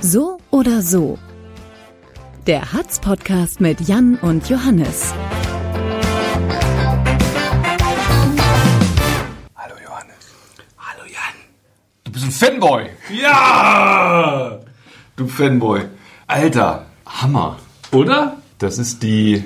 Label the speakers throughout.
Speaker 1: So oder so. Der Hatz-Podcast mit Jan und Johannes.
Speaker 2: Hallo Johannes.
Speaker 3: Hallo Jan.
Speaker 2: Du bist ein Fanboy.
Speaker 3: Ja!
Speaker 2: Du Fanboy. Alter, Hammer.
Speaker 3: Oder?
Speaker 2: Das ist die.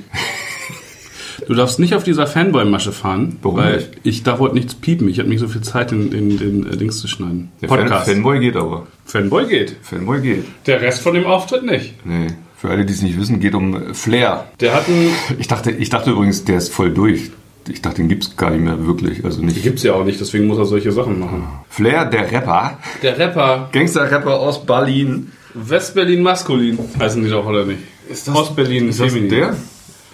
Speaker 3: Du darfst nicht auf dieser Fanboy-Masche fahren.
Speaker 2: Warum
Speaker 3: weil
Speaker 2: nicht?
Speaker 3: Ich darf heute nichts piepen. Ich hatte nicht so viel Zeit, den, den, den äh, Dings zu schneiden.
Speaker 2: Der Fan Äh, Fanboy geht aber.
Speaker 3: Fanboy geht.
Speaker 2: Fanboy geht.
Speaker 3: Der Rest von dem Auftritt nicht.
Speaker 2: Nee. Für alle, die es nicht wissen, geht um äh, Flair.
Speaker 3: Der hat einen.
Speaker 2: Ich dachte, ich dachte übrigens, der ist voll durch. Ich dachte, den gibt's gar nicht mehr wirklich. Also nicht.
Speaker 3: Gibt's ja auch nicht, deswegen muss er solche Sachen machen.
Speaker 2: Flair, der Rapper.
Speaker 3: Der Rapper
Speaker 2: Gangster-Rapper aus Berlin.
Speaker 3: West-Berlin maskulin. Heißen die doch, oder nicht?
Speaker 2: Ist das-
Speaker 3: Ost-Berlin
Speaker 2: Ist das
Speaker 3: feminin.
Speaker 2: der?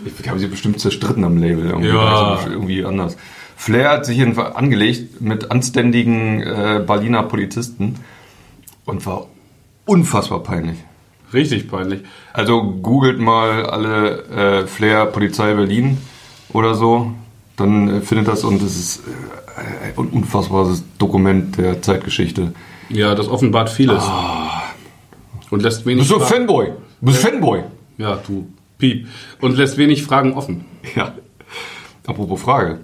Speaker 2: Ich habe sie bestimmt zerstritten am Label. Irgendwie,
Speaker 3: Ja.
Speaker 2: Also irgendwie anders. Flair hat sich jedenfalls angelegt mit anständigen äh, Berliner Polizisten und war unfassbar peinlich.
Speaker 3: Richtig peinlich.
Speaker 2: Also googelt mal alle äh, Flair Polizei Berlin oder so, dann äh, findet das und es ist äh, ein unfassbares Dokument der Zeitgeschichte.
Speaker 3: Ja, das offenbart vieles.
Speaker 2: Ah.
Speaker 3: Und lässt wenig.
Speaker 2: Bist du
Speaker 3: Fra-
Speaker 2: Fanboy? Bist du Fanboy?
Speaker 3: ja, du. Piep. Und lässt wenig Fragen offen.
Speaker 2: Ja. Apropos Frage.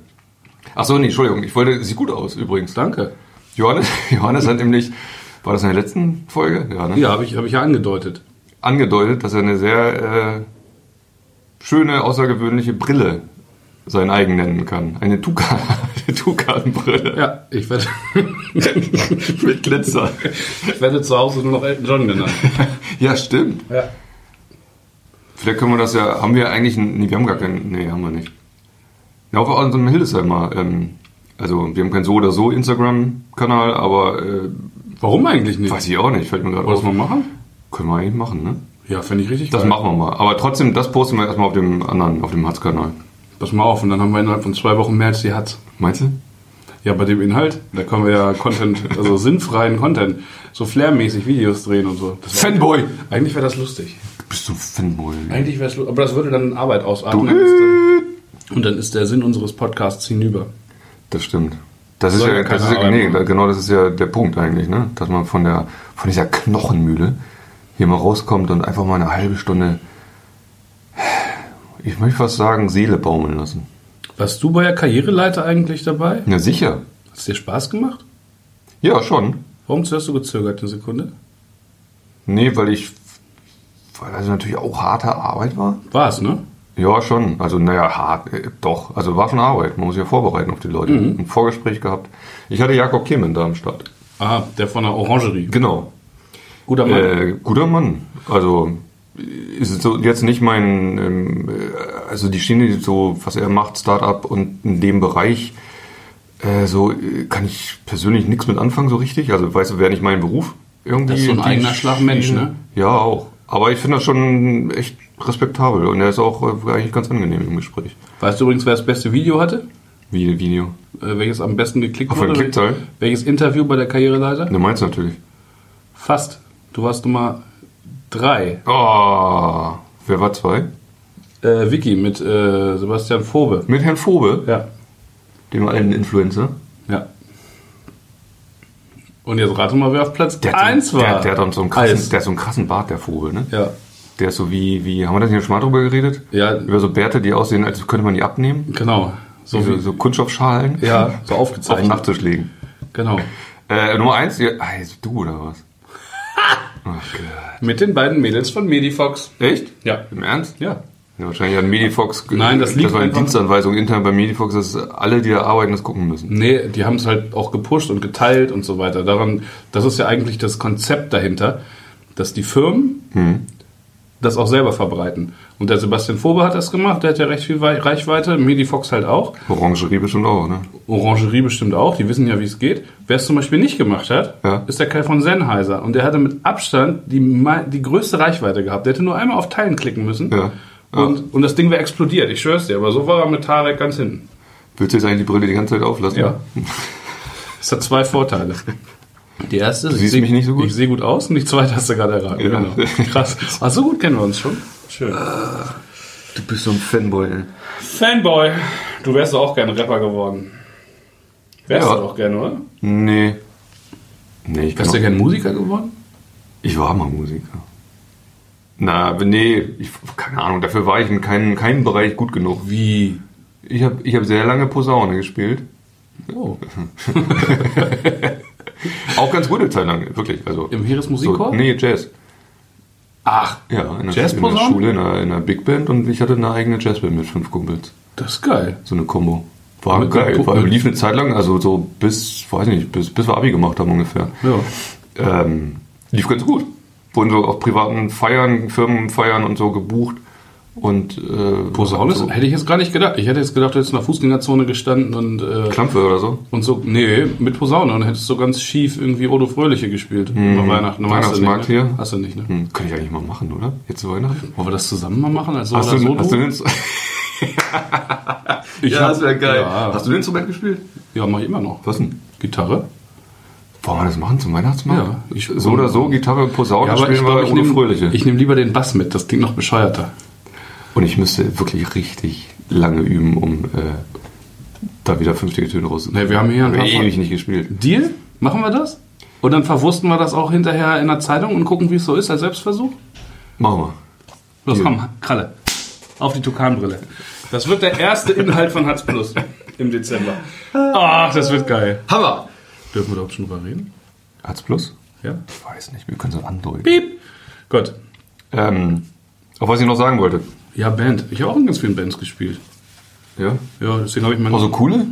Speaker 2: Ach so, nee, Entschuldigung, ich wollte, sieht gut aus übrigens. ne?
Speaker 3: Danke.
Speaker 2: Johannes, Johannes hat nämlich, war das in der letzten Folge? Ja, ne?
Speaker 3: Ja, habe ich, hab ich ja angedeutet.
Speaker 2: Angedeutet, dass er eine sehr äh, schöne, außergewöhnliche Brille sein eigen nennen kann. Eine Tukan, eine Tukan-Brille.
Speaker 3: Ja, ich werde,
Speaker 2: Mit Glitzer.
Speaker 3: ich werde zu Hause nur noch Elton John genannt.
Speaker 2: Ja, stimmt.
Speaker 3: Ja.
Speaker 2: Vielleicht können wir das ja. Haben wir eigentlich. einen- Nee, wir haben gar keinen. Nee, haben wir nicht. Ja, auf unserem Hildesheimer. Ähm, also, wir haben keinen so oder so Instagram-Kanal, aber äh,
Speaker 3: Warum eigentlich nicht?
Speaker 2: weiß ich auch nicht. Fällt mir gerade
Speaker 3: Wollen
Speaker 2: auf.
Speaker 3: wir machen?
Speaker 2: Können wir eigentlich machen, ne?
Speaker 3: Ja, fände ich richtig
Speaker 2: Das
Speaker 3: geil.
Speaker 2: machen wir mal. Aber trotzdem, das posten wir erstmal auf dem anderen, auf dem Harz-Kanal.
Speaker 3: Pass mal auf, und dann haben wir innerhalb von zwei Wochen mehr als die hat.
Speaker 2: Meinst du?
Speaker 3: Ja, bei dem Inhalt, da können wir ja Content, also sinnfreien Content, so flairmäßig Videos drehen und so. Das wär-
Speaker 2: Fanboy!
Speaker 3: Eigentlich wäre das lustig.
Speaker 2: Bist du Fanboy?
Speaker 3: Eigentlich wäre es lustig, aber das würde dann Arbeit ausatmen.
Speaker 2: Du-
Speaker 3: Dann ist dann- äh, Und dann ist der Sinn unseres Podcasts hinüber.
Speaker 2: Das stimmt. Das ist
Speaker 3: Soll
Speaker 2: ja,
Speaker 3: ja keine
Speaker 2: das ist, ja-
Speaker 3: Arbeit
Speaker 2: nee,
Speaker 3: machen.
Speaker 2: da- genau das ist ja der Punkt eigentlich, ne? Dass man von der von dieser Knochenmühle hier mal rauskommt und einfach mal eine halbe Stunde, ich möchte fast sagen, Seele baumeln lassen.
Speaker 3: Warst du bei der Karriereleiter eigentlich dabei?
Speaker 2: Ja, sicher.
Speaker 3: Hat es dir Spaß gemacht?
Speaker 2: Ja, schon.
Speaker 3: Warum hast du gezögert eine Sekunde?
Speaker 2: Nee, weil ich, weil das natürlich auch harte Arbeit war.
Speaker 3: War es, ne?
Speaker 2: Ja, schon. Also, naja, hart, äh, doch. Also war schon Arbeit. Man muss sich ja vorbereiten auf die Leute.
Speaker 3: Mhm.
Speaker 2: Ein Vorgespräch gehabt. Ich hatte Jakob Kiemen da am Start.
Speaker 3: Ah, der von der Orangerie.
Speaker 2: Genau.
Speaker 3: Guter Mann.
Speaker 2: Äh, guter Mann. Also ist so jetzt nicht mein, ähm, äh, also die Schiene, die so was er macht, Startup und in dem Bereich, äh, so äh, kann ich persönlich nichts mit anfangen so richtig. Also weißt du, wäre nicht mein Beruf irgendwie.
Speaker 3: Das ist so ein
Speaker 2: Die
Speaker 3: eigener Schlag Mensch, ne?
Speaker 2: Ja auch. Aber ich finde das schon echt respektabel und er ist auch äh, eigentlich ganz angenehm im Gespräch.
Speaker 3: Weißt du übrigens, wer das beste Video hatte?
Speaker 2: Wie Video.
Speaker 3: Äh, welches am besten geklickt
Speaker 2: Auf
Speaker 3: wurde?
Speaker 2: den Klickzahl?
Speaker 3: Welches Interview bei der Karriereleiter?
Speaker 2: Du Ne, meinst natürlich.
Speaker 3: Fast. Du warst Nummer drei.
Speaker 2: Ah, wer war zwei?
Speaker 3: Äh, Vicky mit äh, Sebastian Fobe.
Speaker 2: Mit Herrn Fobe,
Speaker 3: Ja.
Speaker 2: dem alten Influencer.
Speaker 3: Ja. Und jetzt rate mal, wer auf Platz
Speaker 2: Der hat,
Speaker 3: eins
Speaker 2: so, der,
Speaker 3: war.
Speaker 2: der, hat so einen krassen,
Speaker 3: Eis.
Speaker 2: der hat so einen krassen Bart, der Vogel, ne?
Speaker 3: Ja.
Speaker 2: Der ist so wie, wie, haben wir das hier schon mal drüber geredet?
Speaker 3: Ja.
Speaker 2: Über so Bärte, die aussehen, als könnte man die abnehmen.
Speaker 3: Genau. So
Speaker 2: So,
Speaker 3: wie,
Speaker 2: so Kunststoffschalen.
Speaker 3: ja, so
Speaker 2: Auf den
Speaker 3: aufgezeichnet.
Speaker 2: Nachttisch legen.
Speaker 3: Genau.
Speaker 2: Äh, Nummer eins, ja, ah, jetzt du oder was? Ach, Gott.
Speaker 3: Mit den beiden Mädels von Medifox.
Speaker 2: Echt?
Speaker 3: Ja.
Speaker 2: Im Ernst?
Speaker 3: Ja.
Speaker 2: Ja, wahrscheinlich hat Medifox. ge-
Speaker 3: Nein, das liegt
Speaker 2: war eine
Speaker 3: einfach-
Speaker 2: Dienstanweisung intern bei Medifox, dass alle, die da arbeiten, das gucken müssen.
Speaker 3: Nee, die haben es halt auch gepusht und geteilt und so weiter. Daran, das ist ja eigentlich das Konzept dahinter, dass die Firmen
Speaker 2: Hm.
Speaker 3: das auch selber verbreiten. Und der Sebastian Fobe hat das gemacht, der hat ja recht viel Wei- Reichweite, Medi Fox halt auch,
Speaker 2: Orangerie bestimmt auch, ne?
Speaker 3: Orangerie bestimmt auch, die wissen ja, wie es geht. Wer es zum Beispiel nicht gemacht hat,
Speaker 2: Ja.
Speaker 3: ist der Kai von Sennheiser. Und der hatte mit Abstand die, mei- die größte Reichweite gehabt. Der hätte nur einmal auf Teilen klicken müssen.
Speaker 2: Ja.
Speaker 3: Und, und das Ding wäre explodiert, ich schwör's dir. Aber so war er mit Tarek ganz hinten.
Speaker 2: Willst du jetzt eigentlich die Brille die ganze Zeit auflassen?
Speaker 3: Ja. Es hat zwei Vorteile. Die erste,
Speaker 2: siehst mich nicht so gut?
Speaker 3: Ich sehe gut aus und die zweite hast du gerade erraten.
Speaker 2: Ja.
Speaker 3: Genau. Krass. Ach, so gut kennen wir uns schon. Schön.
Speaker 2: Du bist so ein Fanboy, ey.
Speaker 3: Fanboy, du wärst doch auch gerne Rapper geworden. Wärst
Speaker 2: Ja.
Speaker 3: du doch gerne, oder?
Speaker 2: Nee. Nee, ich kann
Speaker 3: Wärst du
Speaker 2: auch-
Speaker 3: gerne Musiker geworden?
Speaker 2: Ich war mal Musiker. Na, nee, ich, keine Ahnung, dafür war ich in keinem, keinem Bereich gut genug.
Speaker 3: Wie?
Speaker 2: Ich habe ich hab sehr lange Posaune gespielt.
Speaker 3: Oh.
Speaker 2: Auch ganz gute Zeit lang, wirklich. Also,
Speaker 3: Im Heeresmusikchor?
Speaker 2: So, nee, Jazz.
Speaker 3: Ach,
Speaker 2: Ja, in der, in der
Speaker 3: Jazzposaune?
Speaker 2: Schule, in der, in der Big Band und ich hatte eine eigene Jazzband mit fünf Kumpels.
Speaker 3: das ist geil.
Speaker 2: So eine Kombo. War
Speaker 3: Mit
Speaker 2: geil.
Speaker 3: Kumpel-
Speaker 2: War, lief eine Zeit lang, also so bis, weiß nicht, bis, bis wir Abi gemacht haben ungefähr.
Speaker 3: Ja.
Speaker 2: Ähm, lief ganz gut. Wurden so auf privaten Feiern, Firmenfeiern und so gebucht. Und äh,
Speaker 3: Posaune
Speaker 2: so
Speaker 3: ist- hätte ich jetzt gar nicht gedacht. Ich hätte jetzt gedacht, du hättest in der Fußgängerzone gestanden und, äh,
Speaker 2: Klampfe oder so.
Speaker 3: und so, nee, mit Posaune und hättest so ganz schief irgendwie Odo Fröhliche gespielt. Über Weihnachten. Aber hast du
Speaker 2: Weihnachtsmarkt
Speaker 3: nicht, ne?
Speaker 2: Mhm. hier.
Speaker 3: Hast du nicht, ne?
Speaker 2: Hm, könnte ich eigentlich mal machen, oder? Jetzt zu Weihnachten?
Speaker 3: Wollen wir das zusammen mal machen? Also
Speaker 2: Hast
Speaker 3: oder
Speaker 2: du,
Speaker 3: Solo?
Speaker 2: hast du den,
Speaker 3: Ich hab-
Speaker 2: wär
Speaker 3: Ja,
Speaker 2: Hast du ein Instrument gespielt?
Speaker 3: ja mache ich immer noch.
Speaker 2: Was denn?
Speaker 3: Gitarre?
Speaker 2: Wollen wir das machen zum Weihnachtsmarkt?
Speaker 3: Ja, ich-
Speaker 2: so oder so, Gitarre, Posaune spielen
Speaker 3: glaub,
Speaker 2: wir ohne
Speaker 3: nehm-
Speaker 2: Fröhliche.
Speaker 3: ich nehme lieber den Bass mit. Das klingt noch bescheuerter.
Speaker 2: Und ich müsste wirklich richtig lange üben, um äh, da wieder vernünftige Töne rauszukriegen.
Speaker 3: Nee, wir haben hier ein
Speaker 2: Hab
Speaker 3: paar
Speaker 2: ich
Speaker 3: von-
Speaker 2: ewig nicht gespielt.
Speaker 3: Deal? Machen wir das? Und dann verwursten wir das auch hinterher in der Zeitung und gucken, wie es so ist als Selbstversuch?
Speaker 2: Machen wir.
Speaker 3: Los,
Speaker 2: Deal.
Speaker 3: komm, Kralle. Auf die Tukanbrille. Das wird der erste Inhalt von Hatz Plus im Dezember. Ach, das wird geil.
Speaker 2: Hammer!
Speaker 3: Dürfen wir überhaupt schon drüber reden?
Speaker 2: Hat's plus?
Speaker 3: Ja?
Speaker 2: Ich weiß nicht, wir können so andeuten.
Speaker 3: Piep! Gut.
Speaker 2: Ähm, auf was ich noch sagen wollte.
Speaker 3: Ja, Band. Ich habe auch in ganz vielen Bands gespielt.
Speaker 2: Ja?
Speaker 3: Ja, deswegen habe ich meine...
Speaker 2: Auch so coole?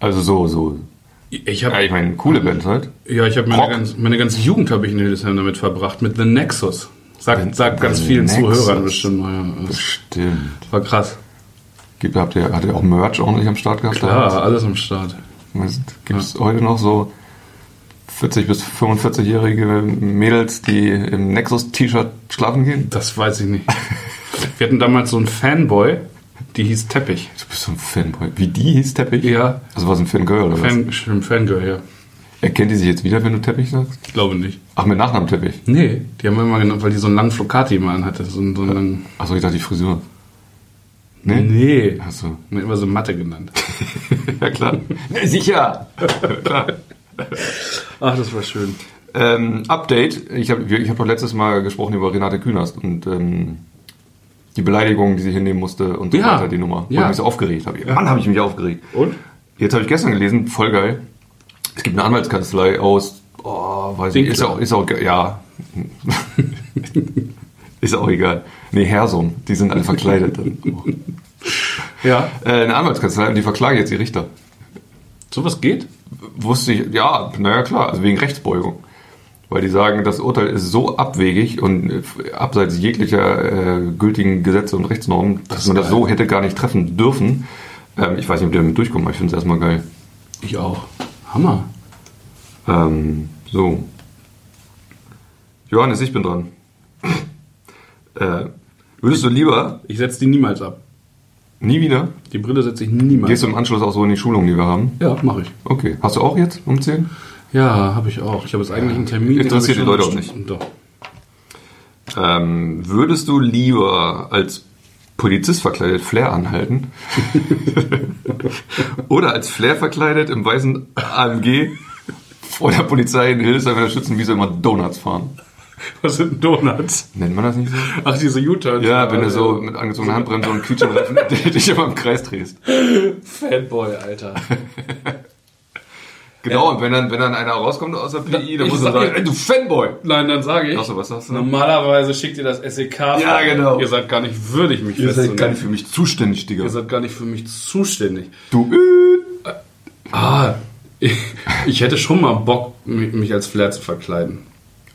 Speaker 2: Also so, so.
Speaker 3: ich habe
Speaker 2: Ja, ich meine, coole Bands halt.
Speaker 3: Ja, ich habe meine,
Speaker 2: Rock.
Speaker 3: ganz, meine ganze Jugend habe ich in Hildesheim damit verbracht, mit The Nexus. Sagt, sagt ganz
Speaker 2: The
Speaker 3: vielen
Speaker 2: Nexus.
Speaker 3: Zuhörern bestimmt. Ja, das
Speaker 2: Stimmt.
Speaker 3: war krass.
Speaker 2: Gibt, habt ihr, hat ihr auch Merch ordentlich am Start gehabt?
Speaker 3: Klar, alles am Start.
Speaker 2: Gibt es heute noch so 40- bis 45-jährige Mädels, die im Nexus-T-Shirt schlafen gehen?
Speaker 3: Das weiß ich nicht. Wir hatten damals so einen Fanboy, die hieß Teppich.
Speaker 2: Du bist so ein Fanboy. Wie die hieß Teppich?
Speaker 3: Ja,
Speaker 2: Also war es ein Fangirl oder was?
Speaker 3: Fan, stimmt, Fangirl, ja.
Speaker 2: Erkennt die sich jetzt wieder, wenn du Teppich sagst?
Speaker 3: Ich glaube nicht.
Speaker 2: Ach, mit Nachnamen Teppich.
Speaker 3: Nee, die haben wir immer genannt, weil die so einen langen Flocati immer anhatte. So einen, so einen langen,
Speaker 2: Achso, ich dachte die Frisur. Nee?
Speaker 3: nee. nee. Haben
Speaker 2: Achso.
Speaker 3: wir immer so Matte genannt.
Speaker 2: Ja klar. Na, sicher! klar.
Speaker 3: Ach, das war schön.
Speaker 2: Ähm, Update. Ich habe ich hab doch letztes Mal gesprochen über Renate Künast und ähm, die Beleidigung, die sie hinnehmen musste und so
Speaker 3: Ja.
Speaker 2: weiter, die Nummer. Wo
Speaker 3: Ja.
Speaker 2: ich mich so aufgeregt habe. Mann, habe ich mich aufgeregt.
Speaker 3: Und?
Speaker 2: Jetzt habe ich gestern gelesen, voll geil. Es gibt eine Anwaltskanzlei aus, oh, weiß ich, ist
Speaker 3: Winkler.
Speaker 2: auch, ist auch, ge- ja. ist auch egal. Nee, Hersum, die sind alle verkleidet. äh,
Speaker 3: Ja.
Speaker 2: eine Anwaltskanzlei und die verklagen jetzt die Richter.
Speaker 3: Sowas geht?
Speaker 2: Wusste ich, ja, naja, klar, also wegen Rechtsbeugung. Weil die sagen, das Urteil ist so abwegig und äh, abseits jeglicher äh, gültigen Gesetze und Rechtsnormen, dass man das
Speaker 3: geil.
Speaker 2: so hätte gar nicht treffen dürfen. Ähm, ich weiß nicht, ob die damit durchkommen, aber ich finde es erstmal geil.
Speaker 3: Ich auch. Hammer.
Speaker 2: Ähm, so. Johannes, ich bin dran. äh, würdest du lieber
Speaker 3: Ich setze die niemals ab.
Speaker 2: nie wieder?
Speaker 3: Die Brille setze ich niemals
Speaker 2: Gehst du im Anschluss auch so in die Schulung, die wir haben?
Speaker 3: Ja, mache ich.
Speaker 2: Okay. Hast du auch jetzt um 10?
Speaker 3: Ja, habe ich auch. Ich habe jetzt eigentlich einen Termin. den
Speaker 2: Interessiert
Speaker 3: hab ich
Speaker 2: die
Speaker 3: schon
Speaker 2: Leute auch
Speaker 3: bestimmt- Doch.
Speaker 2: Ähm, würdest du lieber als Polizist verkleidet Flair anhalten? oder als Flair verkleidet im weißen AMG vor der Polizei in Hildesheim in der Schützenwiese immer Donuts fahren?
Speaker 3: Was sind Donuts?
Speaker 2: Nennt man das nicht so?
Speaker 3: Ach, diese U-Turns.
Speaker 2: Ja, wenn du so mit angezogener Handbremse und Quietschenreifen dich immer im Kreis drehst.
Speaker 3: Fanboy, Alter.
Speaker 2: Genau, und wenn dann, wenn dann einer rauskommt aus der PI, dann
Speaker 3: Ich
Speaker 2: musst du
Speaker 3: sag
Speaker 2: sagen,
Speaker 3: dir-
Speaker 2: ey, du Fanboy!
Speaker 3: Nein, dann sage ich.
Speaker 2: Ach so, was sagst du?
Speaker 3: Normalerweise schickt ihr das SEK.
Speaker 2: Ja, genau.
Speaker 3: Ihr seid gar nicht würdig, mich
Speaker 2: Ihr seid gar
Speaker 3: festzunehmen.
Speaker 2: nicht für mich zuständig, Digga.
Speaker 3: Ihr seid gar nicht für mich zuständig.
Speaker 2: Du,
Speaker 3: Ah, ich, ich hätte schon mal Bock, mi- mich als Flair zu verkleiden.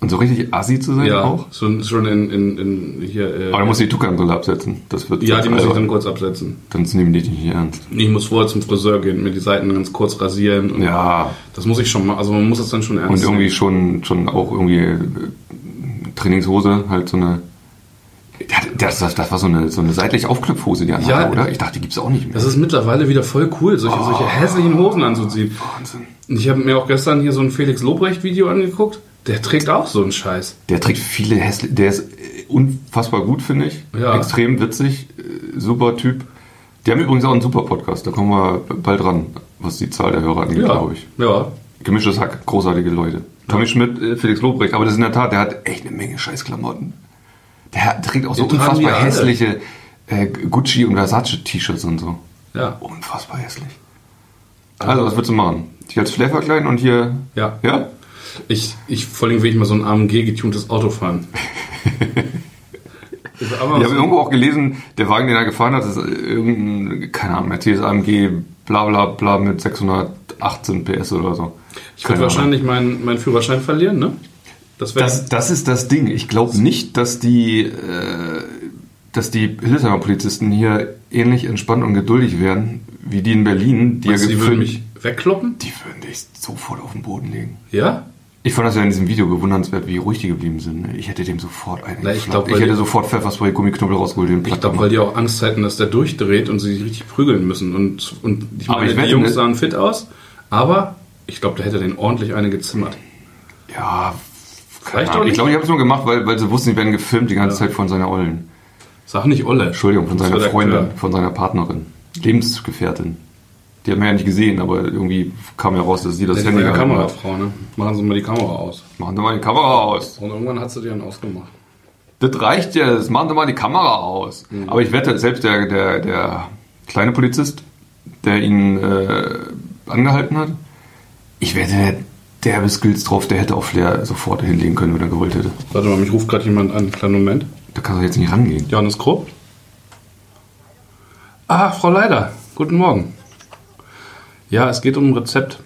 Speaker 2: Und so richtig assi zu sein
Speaker 3: Ja,
Speaker 2: auch?
Speaker 3: So, schon in, in, in hier. Äh,
Speaker 2: Aber dann musst du die Tuckernbrille absetzen. Das wird
Speaker 3: ja, die muss ich
Speaker 2: albern.
Speaker 3: dann kurz absetzen.
Speaker 2: Sonst nehmen die dich nicht ernst.
Speaker 3: Ich muss vorher zum Friseur gehen, mir die Seiten ganz kurz rasieren. Und
Speaker 2: Ja,
Speaker 3: Das muss ich schon mal. Also man muss das dann schon ernst
Speaker 2: und
Speaker 3: nehmen.
Speaker 2: irgendwie schon, schon auch irgendwie äh, Trainingshose, halt so eine... Der hat- Das, das, das war so eine, so eine seitlich Aufknöpfhose, die anhatte,
Speaker 3: Ja.
Speaker 2: oder? Ich dachte, die gibt's auch nicht mehr.
Speaker 3: Das ist mittlerweile wieder voll cool, solche,
Speaker 2: Oh.
Speaker 3: solche hässlichen Hosen anzuziehen.
Speaker 2: Wahnsinn.
Speaker 3: Und ich habe mir auch gestern hier so ein Felix Lobrecht-Video angeguckt. Der trägt auch so einen Scheiß.
Speaker 2: Der trägt viele hässliche. Der ist äh, unfassbar gut, finde ich.
Speaker 3: Ja.
Speaker 2: Extrem witzig. äh, Super Typ. Die haben übrigens auch einen super Podcast. Da kommen wir bald ran, was die Zahl der Hörer angeht, glaube ich.
Speaker 3: ja.
Speaker 2: Gemischtes Hack. Großartige Leute. Tommy Schmidt, äh, Felix Lobrecht. Aber das ist in der Tat, der hat echt eine Menge Scheißklamotten. Der hat- trägt auch so
Speaker 3: Die tragen wir
Speaker 2: unfassbar
Speaker 3: alle.
Speaker 2: hässliche äh, Gucci- und Versace-T-Shirts und so.
Speaker 3: Ja.
Speaker 2: Unfassbar hässlich. Also, was würdest du machen? Dich als Flair verkleiden und hier...
Speaker 3: Ja.
Speaker 2: Ja?
Speaker 3: Ich, ich, vor allem will ich mal so ein AMG-getuntes Auto fahren. Ist aber
Speaker 2: Ich
Speaker 3: so-
Speaker 2: habe irgendwo auch gelesen, der Wagen, den er gefahren hat, ist äh, irgendein, keine Ahnung, Mercedes AMG, bla bla bla mit 618 PS oder so.
Speaker 3: ich würde
Speaker 2: Keine Ahnung.
Speaker 3: wahrscheinlich meinen meinen Führerschein verlieren, ne? Das wäre
Speaker 2: Das, das ist das Ding. Ich glaube nicht, dass die, äh, dass die Hildesheimer Polizisten hier ähnlich entspannt und geduldig werden, wie die in Berlin. Die,
Speaker 3: Meinst du, die
Speaker 2: für-
Speaker 3: würden mich wegkloppen?
Speaker 2: die würden dich sofort auf den Boden legen.
Speaker 3: Ja?
Speaker 2: Ich fand das ja in diesem Video bewundernswert, wie ruhig die geblieben sind. ne? Ich hätte dem sofort einen
Speaker 3: Na, ich
Speaker 2: geschlappt.
Speaker 3: glaub, weil
Speaker 2: ich hätte
Speaker 3: die-
Speaker 2: sofort Pfefferspray, Gummiknüppel rausgeholt, den
Speaker 3: Ich
Speaker 2: platt
Speaker 3: glaube,
Speaker 2: gemacht.
Speaker 3: weil die auch Angst hätten, dass der durchdreht und sie sich richtig prügeln müssen. Und, und ich
Speaker 2: Aber
Speaker 3: meine,
Speaker 2: ich
Speaker 3: die
Speaker 2: wette,
Speaker 3: Jungs
Speaker 2: ne?
Speaker 3: sahen fit aus, aber ich glaube, der hätte den ordentlich eine gezimmert.
Speaker 2: Ja,
Speaker 3: Vielleicht
Speaker 2: keine
Speaker 3: auch
Speaker 2: Ahnung. Ich
Speaker 3: nicht.
Speaker 2: glaube, ich habe es nur gemacht, weil, weil sie wussten, sie werden gefilmt die ganze Zeit von seiner Ollen.
Speaker 3: Sag nicht Olle.
Speaker 2: Entschuldigung, von
Speaker 3: Das
Speaker 2: seiner
Speaker 3: war der
Speaker 2: Freundin,
Speaker 3: Kör.
Speaker 2: von seiner Partnerin, Lebensgefährtin. Die haben wir ja nicht gesehen, aber irgendwie kam ja raus, dass sie das
Speaker 3: Das ist
Speaker 2: Handy
Speaker 3: eine
Speaker 2: gehalten hat.
Speaker 3: Kamerafrau, ne? Machen Sie mal die Kamera aus.
Speaker 2: Machen Sie mal die Kamera aus.
Speaker 3: Und irgendwann hat sie die dann ausgemacht.
Speaker 2: Das reicht ja, das machen Sie mal die Kamera aus.
Speaker 3: Mhm.
Speaker 2: Aber ich wette, selbst der, der, der kleine Polizist, der ihn äh, angehalten hat, ich wette, der hat Skills drauf, der hätte auch Flair sofort hinlegen können, wenn er gewollt hätte.
Speaker 3: Warte mal, mich ruft gerade jemand an. Kleinen Moment.
Speaker 2: Da kann er jetzt nicht rangehen.
Speaker 3: Johannes Krupp? Ah, Frau Leider. Guten Morgen. Ja, es geht um ein Rezept.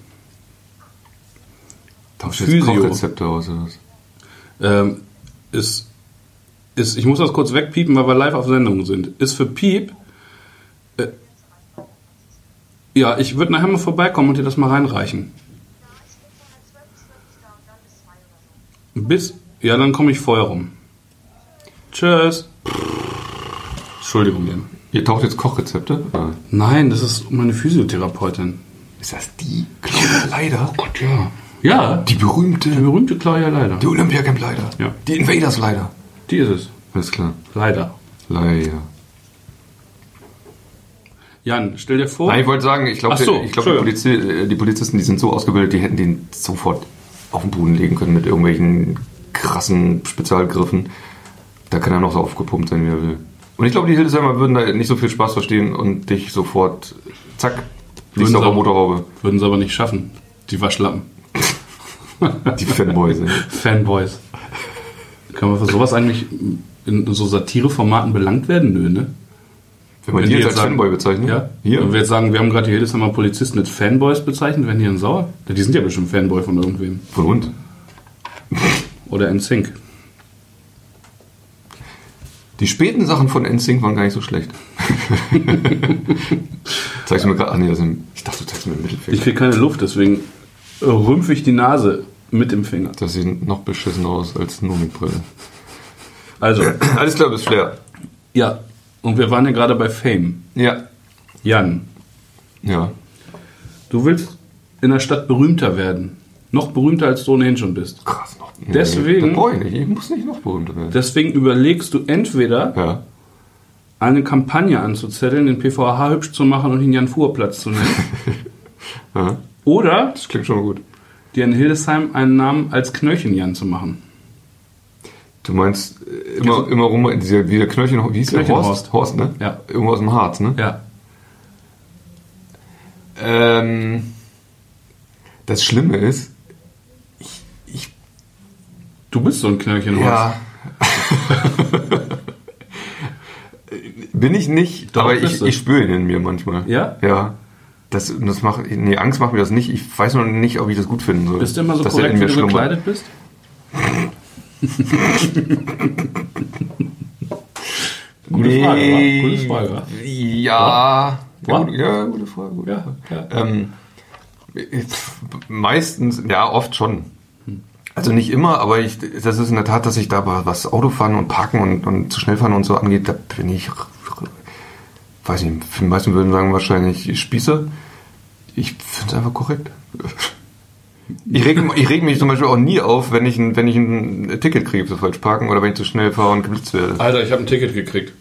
Speaker 2: Tauscht jetzt
Speaker 3: Physio.
Speaker 2: Kochrezepte aus oder was?
Speaker 3: Ähm, ist, ist, ich muss das kurz wegpiepen, weil wir live auf Sendung sind. Ist für Piep. Äh, ja, ich würde nachher mal vorbeikommen und dir das mal reinreichen. Bis. Ja, dann komme ich vorher rum. Tschüss. Entschuldigung, Jan.
Speaker 2: Ihr taucht jetzt Kochrezepte?
Speaker 3: Nein, das ist meine Physiotherapeutin.
Speaker 2: Ist das die Oh Claudia Leider?
Speaker 3: Ja. Ja, die
Speaker 2: Die berühmte,
Speaker 3: berühmte Claudia Leider.
Speaker 2: die Olympiacamp Leider.
Speaker 3: Ja.
Speaker 2: Die Invaders Leider.
Speaker 3: Die ist es.
Speaker 2: Alles klar.
Speaker 3: Leider.
Speaker 2: Leider.
Speaker 3: Jan, stell dir vor.
Speaker 2: Nein, ich wollte sagen, ich glaube,
Speaker 3: Oh. Ach so,
Speaker 2: ich glaube, die, Polizi äh, die Polizisten, die sind so ausgebildet, die hätten den sofort auf den Boden legen können mit irgendwelchen krassen Spezialgriffen. Da kann er noch so aufgepumpt sein, wie er will. Und ich glaube, die Hildesheimer würden da nicht so viel Spaß verstehen und dich sofort, zack, liegst
Speaker 3: Würden
Speaker 2: auf der
Speaker 3: sie-
Speaker 2: Motorhaube.
Speaker 3: Würden sie aber nicht schaffen. Die Waschlappen.
Speaker 2: Die Fanboys. ey.
Speaker 3: Fanboys. Können wir für sowas eigentlich in so Satireformaten belangt werden? Nö, ne?
Speaker 2: Wenn man die
Speaker 3: Wenn
Speaker 2: jetzt
Speaker 3: die jetzt
Speaker 2: als
Speaker 3: sagen-
Speaker 2: Fanboy bezeichnet.
Speaker 3: Ja.
Speaker 2: Hier.
Speaker 3: Wenn wir jetzt sagen, wir haben gerade jedes Mal Polizisten mit Fanboys bezeichnet, werden die dann sauer? Ja, Die sind ja bestimmt Fanboy von irgendwem.
Speaker 2: Von uns.
Speaker 3: Oder NSYNC.
Speaker 2: Die späten Sachen von NSYNC waren gar nicht so schlecht. zeigst du mir gerade. Ach nee, das sind, ich dachte, du zeigst mir den
Speaker 3: Ich
Speaker 2: Mittelfinger.
Speaker 3: kriege keine Luft, deswegen rümpfe ich die Nase mit dem Finger.
Speaker 2: Das sieht noch beschissener aus als nur mit Brille.
Speaker 3: Also,
Speaker 2: Alles klar, bis Flair.
Speaker 3: ja. Und wir waren ja gerade bei Fame.
Speaker 2: Ja.
Speaker 3: Jan,
Speaker 2: Ja.
Speaker 3: du willst in der Stadt berühmter werden. Noch berühmter, als du ohnehin schon bist.
Speaker 2: Krass noch. Nee,
Speaker 3: Deswegen-
Speaker 2: Das brauche ich nicht. Ich muss nicht noch berühmter werden.
Speaker 3: Deswegen überlegst du entweder,
Speaker 2: Ja.
Speaker 3: eine Kampagne anzuzetteln, den PVAH hübsch zu machen und den Jan-Fuhr-Platz zu nennen.
Speaker 2: ja.
Speaker 3: Oder
Speaker 2: Das klingt schon mal gut.
Speaker 3: dir in Hildesheim einen Namen als Knöchel-Jan zu machen.
Speaker 2: Du meinst äh, immer, immer rum, dieser, wie der Knöchel, wie hieß der?
Speaker 3: Knöchelhorst.
Speaker 2: Horst? Horst, ne?
Speaker 3: Ja.
Speaker 2: Irgendwo aus dem Harz, ne?
Speaker 3: Ja.
Speaker 2: Ähm, das Schlimme ist,
Speaker 3: Du bist so ein Knöchel-Horst.
Speaker 2: Ja. Bin ich nicht,
Speaker 3: Doch,
Speaker 2: aber
Speaker 3: bist
Speaker 2: ich,
Speaker 3: du.
Speaker 2: ich spüre ihn in mir manchmal.
Speaker 3: Ja?
Speaker 2: Ja. Das, das macht, nee, Angst macht mir das nicht. Ich weiß noch nicht, ob ich das gut finden soll.
Speaker 3: Bist du immer so
Speaker 2: dass er in
Speaker 3: korrekt, wie
Speaker 2: mir
Speaker 3: du
Speaker 2: schlummert.
Speaker 3: gekleidet bist? Gute
Speaker 2: nee.
Speaker 3: Frage, wa? Gute Frage, wa?
Speaker 2: Ja.
Speaker 3: Wa?
Speaker 2: Ja, gut, ja, gute Frage. Gute
Speaker 3: Ja,
Speaker 2: Frage. Ähm, pf, meistens, ja, oft schon. Also nicht immer, aber ich, das ist in der Tat, dass ich da bei was Autofahren und Parken und, und zu schnell fahren und so angeht, da bin ich, weiß nicht, die meisten würden sagen wahrscheinlich Spießer. Ich finde es einfach korrekt. Ich reg, ich reg mich zum Beispiel auch nie auf, wenn ich ein, wenn ich ein Ticket kriege für falsch parken oder wenn ich zu schnell fahre und geblitzt werde.
Speaker 3: Alter, ich habe ein Ticket gekriegt.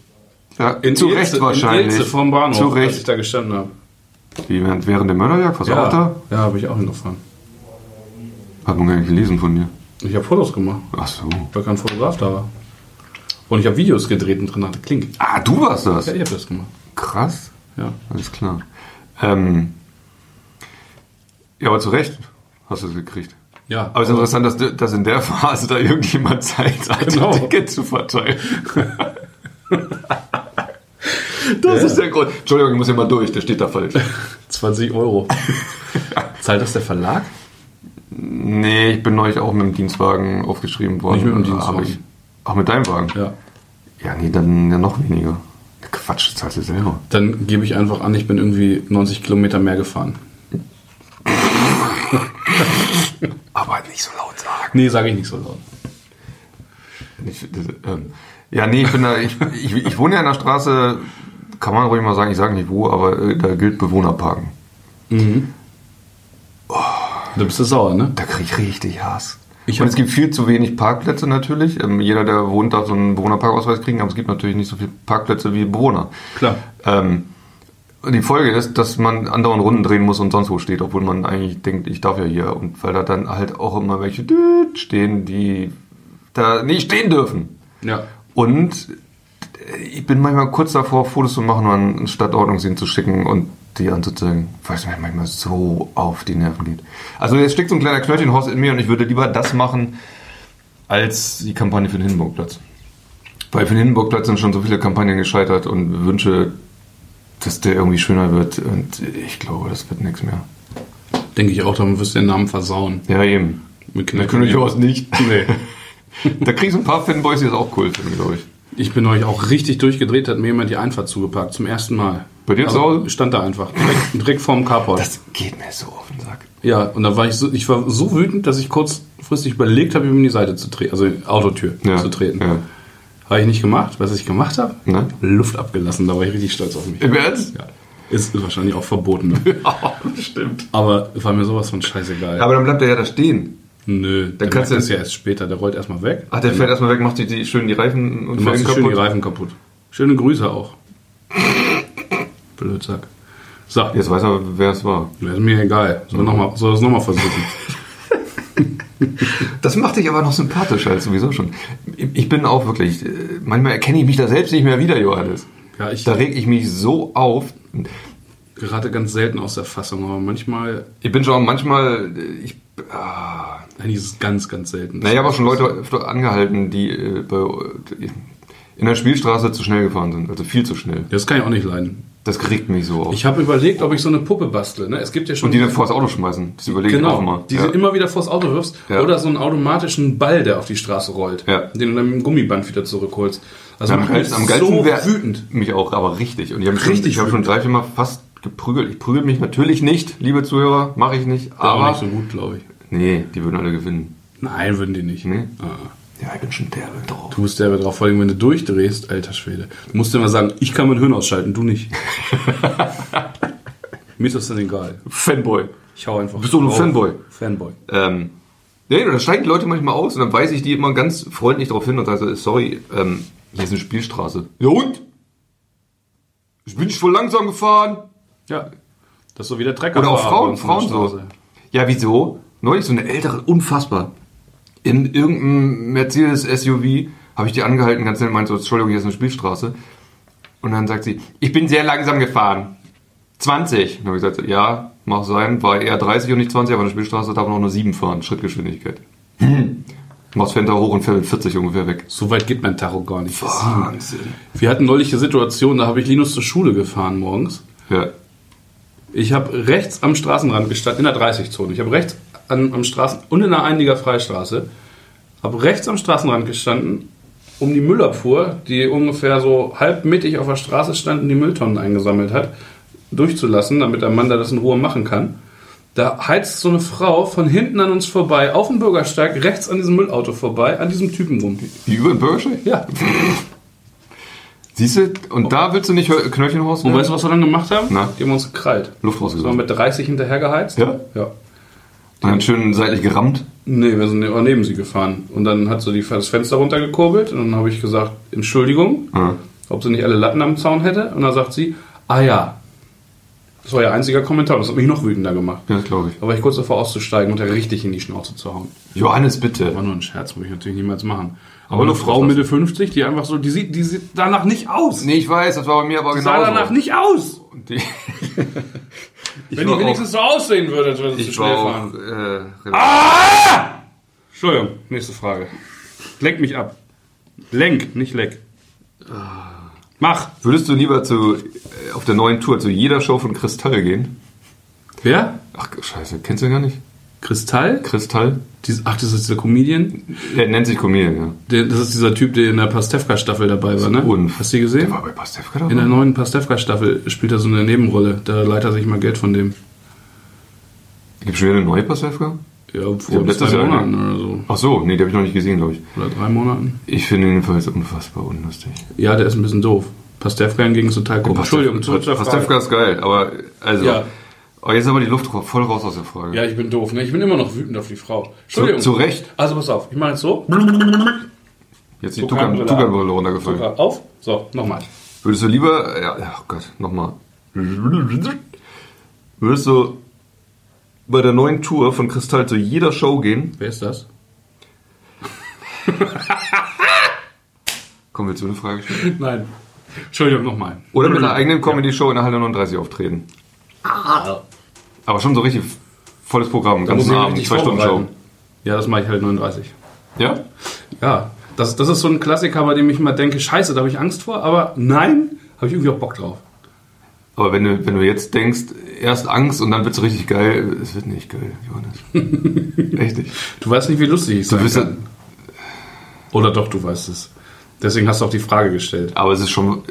Speaker 2: Ja, zu
Speaker 3: Ilze-
Speaker 2: Recht wahrscheinlich.
Speaker 3: In Ilze vom Bahnhof,
Speaker 2: Zu
Speaker 3: als ich
Speaker 2: Recht.
Speaker 3: da gestanden habe.
Speaker 2: Wie während, während der Mörderjagd, was auch da?
Speaker 3: ja habe ich auch hingefahren.
Speaker 2: Hat man gar nicht gelesen von dir.
Speaker 3: Ich habe Fotos gemacht,
Speaker 2: Ach so.
Speaker 3: weil kein Fotograf da war. Und ich habe Videos gedreht und drin hatte Klink.
Speaker 2: Ah, du warst das.
Speaker 3: Ja, ich habe das gemacht.
Speaker 2: Krass.
Speaker 3: Ja.
Speaker 2: Alles klar. Ähm, ja, aber zu Recht hast du es gekriegt.
Speaker 3: ja.
Speaker 2: Aber es ist interessant, dass, du- dass in der Phase da irgendjemand Zeit hat,
Speaker 3: Genau.
Speaker 2: ein Ticket zu verteilen. das ist der Grund. Entschuldigung, ich muss hier mal durch, der steht da falsch.
Speaker 3: 20 Euro. Zahlt das der Verlag?
Speaker 2: Nee, ich bin neulich auch mit dem Dienstwagen aufgeschrieben worden.
Speaker 3: Nicht mit dem
Speaker 2: Aber
Speaker 3: Dienstwagen.
Speaker 2: ich- Auch mit deinem Wagen?
Speaker 3: Ja.
Speaker 2: Ja, nee, dann ja noch weniger. Quatsch, das zahlst du selber.
Speaker 3: Dann gebe ich einfach an, ich bin irgendwie 90 Kilometer mehr gefahren.
Speaker 2: Aber nicht so laut sagen.
Speaker 3: Nee, sage ich nicht so laut.
Speaker 2: Ich, das, ähm, ja, nee, ich bin da, ich, ich, ich wohne ja in der Straße, kann man ruhig mal sagen, ich sage nicht wo, aber äh, da gilt Bewohnerparken.
Speaker 3: Da bist du sauer, ne?
Speaker 2: Da kriege ich richtig Hass.
Speaker 3: Ich
Speaker 2: und
Speaker 3: hab-
Speaker 2: es gibt viel zu wenig Parkplätze natürlich. Ähm, jeder, der wohnt, darf so einen Bewohnerparkausweis kriegen, aber es gibt natürlich nicht so viele Parkplätze wie Bewohner.
Speaker 3: Klar.
Speaker 2: Ähm, und die Folge ist, dass man andauernd Runden drehen muss und sonst wo steht, obwohl man eigentlich denkt, ich darf ja hier. Und weil da dann halt auch immer welche düt stehen, die da nicht stehen dürfen.
Speaker 3: Ja.
Speaker 2: Und ich bin manchmal kurz davor, Fotos zu machen und an den Stadtordnungsamt zu schicken und die anzuzeigen, weil es mir manchmal so auf die Nerven geht. Also jetzt steckt so ein kleiner Knöllchenhorst in mir und ich würde lieber das machen, als die Kampagne für den Hindenburgplatz. Weil für den Hindenburgplatz sind schon so viele Kampagnen gescheitert und wünsche, dass der irgendwie schöner wird und ich glaube, das wird nichts mehr.
Speaker 3: Denke ich auch, dann wirst du den Namen versauen.
Speaker 2: Ja, eben.
Speaker 3: Mit
Speaker 2: Da könnte ich was nicht.
Speaker 3: Nee.
Speaker 2: Da kriegst du ein paar Fanboys, die das auch cool finden, glaube ich.
Speaker 3: Ich bin euch auch richtig durchgedreht, hat mir jemand die Einfahrt zugeparkt, zum ersten Mal.
Speaker 2: Bei dir zu Hause?
Speaker 3: Stand da einfach, direkt, direkt vorm Carport.
Speaker 2: Das geht mir so auf den Sack.
Speaker 3: ja, und da war ich so, ich war so wütend, dass ich kurzfristig überlegt habe, ihm in die Seite zu treten, also in die Autotür
Speaker 2: Ja,
Speaker 3: zu treten.
Speaker 2: ja.
Speaker 3: Habe ich nicht gemacht. Weißt du, was ich gemacht habe?
Speaker 2: Ne?
Speaker 3: Luft abgelassen, da war ich richtig stolz auf mich.
Speaker 2: Im Ernst?
Speaker 3: Ja. Ist wahrscheinlich auch verboten. Ne?
Speaker 2: Ja, stimmt.
Speaker 3: Aber war mir sowas von scheißegal.
Speaker 2: Aber dann bleibt er ja da stehen.
Speaker 3: Nö, dann
Speaker 2: kannst du-
Speaker 3: kannst du das ja erst später, der rollt erstmal weg.
Speaker 2: Ach, der fährt erstmal weg, macht die, die schön die Reifen und
Speaker 3: Du machst schön die Reifen kaputt. Schöne Grüße auch. Blödsack. So,
Speaker 2: Jetzt weiß er, wer es war.
Speaker 3: ist mir egal. Soll noch mal, soll das nochmal versuchen.
Speaker 2: Das macht dich aber noch sympathischer als sowieso schon. Ich bin auch wirklich, äh, manchmal erkenne ich mich da selbst nicht mehr wieder, Johannes.
Speaker 3: Ja, ich
Speaker 2: Da reg ich mich so auf.
Speaker 3: gerate ganz selten aus der Fassung, aber manchmal,
Speaker 2: Ich bin schon manchmal, äh, ich, ah,
Speaker 3: eigentlich ist es ganz, ganz selten.
Speaker 2: naja, aber schon Leute öfter angehalten, die äh, bei, in der Spielstraße zu schnell gefahren sind. Also viel zu schnell.
Speaker 3: Das kann ich auch nicht leiden.
Speaker 2: Das regt mich so auf.
Speaker 3: Ich habe überlegt, ob ich so eine Puppe bastle. Ne? Es gibt ja schon.
Speaker 2: und die dann vor das Auto schmeißen. Das überlege ich auch mal.
Speaker 3: genau, die
Speaker 2: ja.
Speaker 3: du immer wieder vors Auto wirfst.
Speaker 2: Ja.
Speaker 3: Oder so einen automatischen Ball, der auf die Straße rollt.
Speaker 2: Ja.
Speaker 3: Den du dann mit dem Gummiband wieder zurückholst. Also
Speaker 2: Am
Speaker 3: macht
Speaker 2: geilsten,
Speaker 3: mich
Speaker 2: am geilsten
Speaker 3: so
Speaker 2: wär-
Speaker 3: wütend.
Speaker 2: Mich auch, aber richtig. Und ich habe schon,
Speaker 3: Richtig
Speaker 2: ich hab schon
Speaker 3: wütend.
Speaker 2: drei, vier Mal fast geprügelt. Ich prügel mich natürlich nicht, liebe Zuhörer, mache ich nicht.
Speaker 3: Aber
Speaker 2: Aber
Speaker 3: nicht so gut, glaube ich.
Speaker 2: nee, die würden alle gewinnen.
Speaker 3: Nein, würden die nicht.
Speaker 2: Nee?
Speaker 3: Ah.
Speaker 2: Ja, ich bin schon derbe drauf.
Speaker 3: Du musst derbe drauf, vor allem wenn du durchdrehst, alter Schwede. Du musst immer sagen, ich kann mein Hirn ausschalten, du nicht. Mir ist das dann egal.
Speaker 2: Fanboy.
Speaker 3: Ich hau einfach.
Speaker 2: Bist du ein
Speaker 3: drauf.
Speaker 2: Fanboy?
Speaker 3: Fanboy.
Speaker 2: Ähm, nee, da steigen die Leute manchmal aus und dann weise ich die immer ganz freundlich darauf hin und sage, so, sorry, ähm, hier ist eine Spielstraße. Ja und? Ich bin nicht voll langsam gefahren.
Speaker 3: Ja. Das ist so wie der Trecker.
Speaker 2: Oder auch
Speaker 3: war
Speaker 2: Frauen,
Speaker 3: abends von der
Speaker 2: Frauen so.
Speaker 3: Straße.
Speaker 2: Ja, wieso? Neulich so eine ältere, unfassbar. In irgendeinem Mercedes-SUV habe ich die angehalten, ganz schnell meinte, so, Entschuldigung, hier ist eine Spielstraße. Und dann sagt sie, ich bin sehr langsam gefahren. 20. Und dann habe ich gesagt, ja, mag sein, war eher 30 und nicht 20, aber eine Spielstraße darf man auch nur 7 fahren, Schrittgeschwindigkeit. Hm. Machst Fenster hoch und fährt mit 40 ungefähr weg.
Speaker 3: So weit geht mein Tacho gar nicht.
Speaker 2: Wahnsinn.
Speaker 3: Wir hatten neulich eine Situation, da habe ich Linus zur Schule gefahren morgens.
Speaker 2: Ja.
Speaker 3: Ich habe rechts am Straßenrand gestanden, in der 30-Zone. Ich habe rechts an, am Straßen und in der Eindiger Freistraße, habe rechts am Straßenrand gestanden, um die Müllabfuhr, die ungefähr so halb mittig auf der Straße stand und die Mülltonnen eingesammelt hat, durchzulassen, damit der Mann da das in Ruhe machen kann. Da heizt so eine Frau von hinten an uns vorbei, auf dem Bürgersteig, rechts an diesem Müllauto vorbei, an diesem Typen rum.
Speaker 2: Wie über den Bürgersteig?
Speaker 3: Ja.
Speaker 2: Siehst du, und da willst du nicht Hör- Knöllchenhorst
Speaker 3: Und
Speaker 2: nennen?
Speaker 3: weißt du, was wir dann gemacht haben?
Speaker 2: Na?
Speaker 3: Die haben uns gekrallt.
Speaker 2: Luft
Speaker 3: So
Speaker 2: rausgesucht.
Speaker 3: mit 30 hinterhergeheizt.
Speaker 2: Ja?
Speaker 3: Ja.
Speaker 2: Und dann schön seitlich gerammt.
Speaker 3: Nee, wir sind immer neben sie gefahren. Und dann hat sie die, das Fenster runtergekurbelt und dann habe ich gesagt, Entschuldigung,
Speaker 2: Ja.
Speaker 3: ob sie nicht alle Latten am Zaun hätte. Und dann sagt sie, ah ja. Das war ihr einziger Kommentar, das hat mich noch wütender gemacht.
Speaker 2: Ja, das glaube ich.
Speaker 3: Da war ich kurz davor auszusteigen und da richtig in die Schnauze zu hauen.
Speaker 2: Johannes,
Speaker 3: War
Speaker 2: bitte.
Speaker 3: nur ein Scherz, würde ich natürlich niemals machen. Aber,
Speaker 2: Aber
Speaker 3: eine
Speaker 2: du
Speaker 3: Frau
Speaker 2: fragst
Speaker 3: Mitte 50, die einfach so, die sieht, die sieht danach nicht aus.
Speaker 2: Nee, ich weiß, das war bei mir aber
Speaker 3: Die sah danach nicht aus.
Speaker 2: Die-
Speaker 3: Wenn
Speaker 2: war
Speaker 3: die wenigstens so aussehen würde, als würde sie zu
Speaker 2: Ich
Speaker 3: schnell
Speaker 2: war auch,
Speaker 3: fahren.
Speaker 2: äh,
Speaker 3: Ah! Entschuldigung, nächste Frage. Lenk mich ab. Lenk, nicht leck. Mach.
Speaker 2: Würdest du lieber zu, äh, auf der neuen Tour zu jeder Show von Kristall gehen?
Speaker 3: Wer?
Speaker 2: Ach, scheiße, kennst du ihn gar nicht?
Speaker 3: Kristall?
Speaker 2: Kristall?
Speaker 3: Dies- Ach, das ist der Comedian?
Speaker 2: Er nennt sich Comedian, ja.
Speaker 3: Der- Das ist dieser Typ, der in der Pastewka-Staffel dabei war, ne?
Speaker 2: Unf.
Speaker 3: Hast du die gesehen?
Speaker 2: Der war bei Pastewka ne? dabei?
Speaker 3: In der neuen Pastewka-Staffel spielt er so eine Nebenrolle. Da leiht er sich mal Geld von dem.
Speaker 2: Gibt schon wieder eine neue Pastewka?
Speaker 3: Ja, vor
Speaker 2: Ja, letztes
Speaker 3: zwei
Speaker 2: Jahr, ne?
Speaker 3: Monaten oder so.
Speaker 2: Ach so, nee, die habe ich noch nicht gesehen, glaube ich.
Speaker 3: Oder drei Monaten.
Speaker 2: Ich finde ihn jedenfalls unfassbar unlustig.
Speaker 3: Ja, der ist ein bisschen doof. Pastewka hingegen ist total komisch. Oh, Entschuldigung, zurück zur Frage.
Speaker 2: Pastewka ist geil, aber also.
Speaker 3: Ja.
Speaker 2: Aber jetzt ist aber die Luft ra- voll raus aus der Frage.
Speaker 3: Ja, ich bin doof, ne? Ich bin immer noch wütend auf die Frau. Entschuldigung.
Speaker 2: zu Recht.
Speaker 3: Also pass auf, ich mache jetzt so.
Speaker 2: Jetzt die
Speaker 3: Tukan-
Speaker 2: Tukan- Tukan-Brille runtergefallen.
Speaker 3: Drück Auf. So, nochmal.
Speaker 2: Würdest du lieber, ja, ach Gott, nochmal. Würdest du bei der neuen Tour von Kristall zu jeder Show gehen?
Speaker 3: Wer ist das?
Speaker 2: Kommen wir zu einer Frage stellen.
Speaker 3: Nein. Entschuldigung, nochmal.
Speaker 2: Oder mit einer eigenen Comedy-Show in der Halle 39 auftreten? Aber schon so richtig volles Programm,
Speaker 3: Ah. Da muss
Speaker 2: ganzen
Speaker 3: ich
Speaker 2: Abend,
Speaker 3: richtig
Speaker 2: zwei Stunden Show.
Speaker 3: vorbereiten. Ja, das mache ich halt 39.
Speaker 2: Ja?
Speaker 3: Ja, das, das ist so ein Klassiker, bei dem ich immer denke, scheiße, da habe ich Angst vor, aber nein, habe ich irgendwie auch Bock drauf.
Speaker 2: Aber wenn du, wenn du jetzt denkst, erst Angst und dann wird's richtig geil, es wird nicht geil, Johannes. Echt nicht.
Speaker 3: Du weißt nicht, wie lustig ich
Speaker 2: Du
Speaker 3: sein
Speaker 2: bist ja,
Speaker 3: kann. Oder doch, du weißt es. Deswegen hast du auch die Frage gestellt.
Speaker 2: aber es ist schon.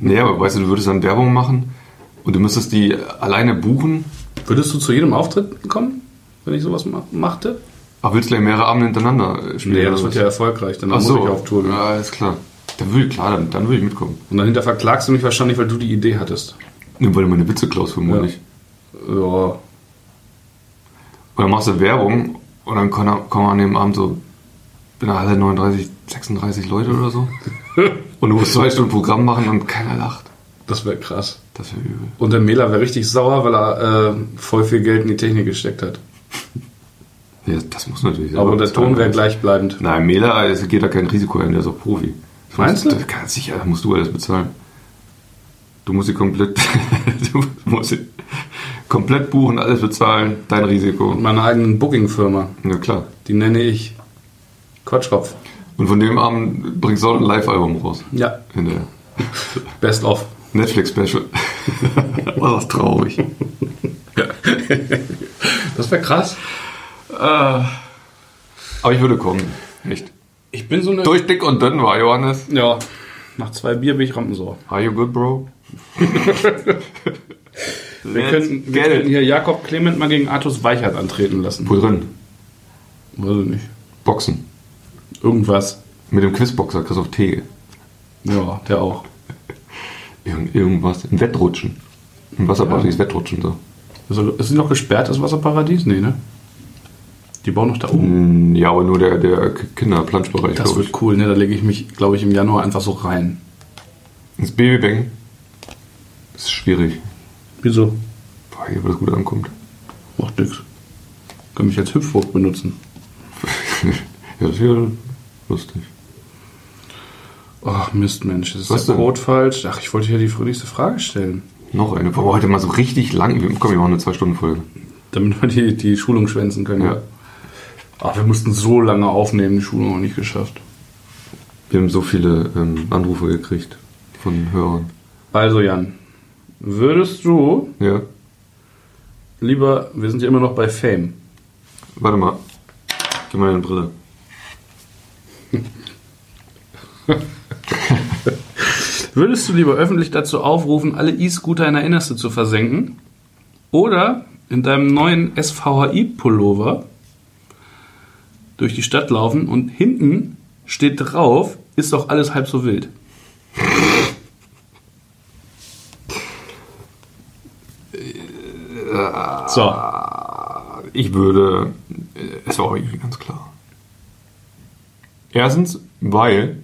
Speaker 2: Naja, aber weißt du, du würdest dann Werbung machen und du müsstest die alleine buchen.
Speaker 3: Würdest du zu jedem Auftritt kommen, wenn ich sowas ma machte?
Speaker 2: Ach, willst du gleich mehrere Abende hintereinander äh, spielen?
Speaker 3: Nee, das
Speaker 2: oder
Speaker 3: wird
Speaker 2: was?
Speaker 3: ja erfolgreich. Dann
Speaker 2: Ach
Speaker 3: muss
Speaker 2: so.
Speaker 3: ich auf Tour ne? gehen.
Speaker 2: Ja, ist klar. Dann würde ich, klar, dann, dann würde ich mitkommen.
Speaker 3: Und dahinter verklagst du mich wahrscheinlich, weil du die Idee hattest.
Speaker 2: Nur weil du meine Witze klaust, vermutlich.
Speaker 3: Ja.
Speaker 2: Und dann machst du Werbung und dann kommen, kommen an dem Abend so in der Halle 39, 36 Leute oder so. und du musst zwei Stunden Programm machen und keiner lacht.
Speaker 3: Das wäre krass.
Speaker 2: Das wäre übel.
Speaker 3: Und der Mela wäre richtig sauer, weil er äh, voll viel Geld in die Technik gesteckt hat.
Speaker 2: Ja, das muss natürlich sein.
Speaker 3: Aber der Ton wäre gleichbleibend.
Speaker 2: Nein, Mela es geht da kein Risiko ein, der ist auch Profi. Das
Speaker 3: Meinst
Speaker 2: musst-
Speaker 3: du?
Speaker 2: Das kannst sicher, das musst du alles bezahlen. Du musst sie komplett, du musst sie komplett buchen, alles bezahlen, dein Risiko.
Speaker 3: Und meine eigenen Booking-Firma,
Speaker 2: Ja, klar.
Speaker 3: die nenne ich Quatschkopf.
Speaker 2: Und von dem Abend bringst du auch ein Live-Album raus.
Speaker 3: Ja,
Speaker 2: Hinterher.
Speaker 3: best of.
Speaker 2: Netflix-Special. War das traurig.
Speaker 3: Das wäre krass.
Speaker 2: Aber ich würde kommen. Echt.
Speaker 3: Ich bin so eine...
Speaker 2: Durch dick und dünn war Johannes.
Speaker 3: Ja, nach zwei Bier bin ich rampensauer.
Speaker 2: Are you good, bro?
Speaker 3: Wir könnten, wir könnten hier Jakob Clement mal gegen Artus Weichert antreten lassen.
Speaker 2: Wo drin?
Speaker 3: Weiß ich nicht.
Speaker 2: Boxen.
Speaker 3: Irgendwas.
Speaker 2: Mit dem Quizboxer Christoph Tegel.
Speaker 3: Ja, der auch.
Speaker 2: Irgend, irgendwas. Im Wettrutschen. Im Wasserparadies Wettrutschen so.
Speaker 3: Also, ist sie noch gesperrt, das Wasserparadies? Nee, ne? Die bauen noch da oben.
Speaker 2: Mm, Ja, aber nur der, der K- Kinderplanschbereich,
Speaker 3: Das
Speaker 2: glaub ich.
Speaker 3: wird cool, ne? Da lege Hm, ich mich, glaube ich, im Januar einfach so rein.
Speaker 2: Ins Babybang. Ist schwierig.
Speaker 3: Wieso?
Speaker 2: Boah, hier, wo das gut ankommt.
Speaker 3: Macht nix. Kann mich als Hüpfburg benutzen.
Speaker 2: ja, das ist ja lustig.
Speaker 3: Ach Mist, Mensch, ist
Speaker 2: Was
Speaker 3: der
Speaker 2: denn?
Speaker 3: Code falsch? Ach, ich wollte ja die fröhlichste Frage stellen.
Speaker 2: Noch eine. Boah, heute mal so richtig lang. Wir- Komm, wir machen eine Zwei-Stunden-Folge.
Speaker 3: Damit wir die, die Schulung schwänzen können.
Speaker 2: Ja.
Speaker 3: Ach, wir mussten so lange aufnehmen, die Schulung auch nicht geschafft.
Speaker 2: Wir haben so viele ähm, Anrufe gekriegt von Hörern.
Speaker 3: Also, Jan, würdest du
Speaker 2: Ja,
Speaker 3: lieber, wir sind ja immer noch bei Fame.
Speaker 2: warte mal. Gib mal deine Brille.
Speaker 3: Würdest du lieber öffentlich dazu aufrufen, alle E-Scooter in der Innerste zu versenken? Oder in deinem neuen SVHI-Pullover durch die Stadt laufen und hinten steht drauf, ist doch alles halb so wild. So,
Speaker 2: Ich würde. äh, Es war auch irgendwie ganz klar. Erstens, weil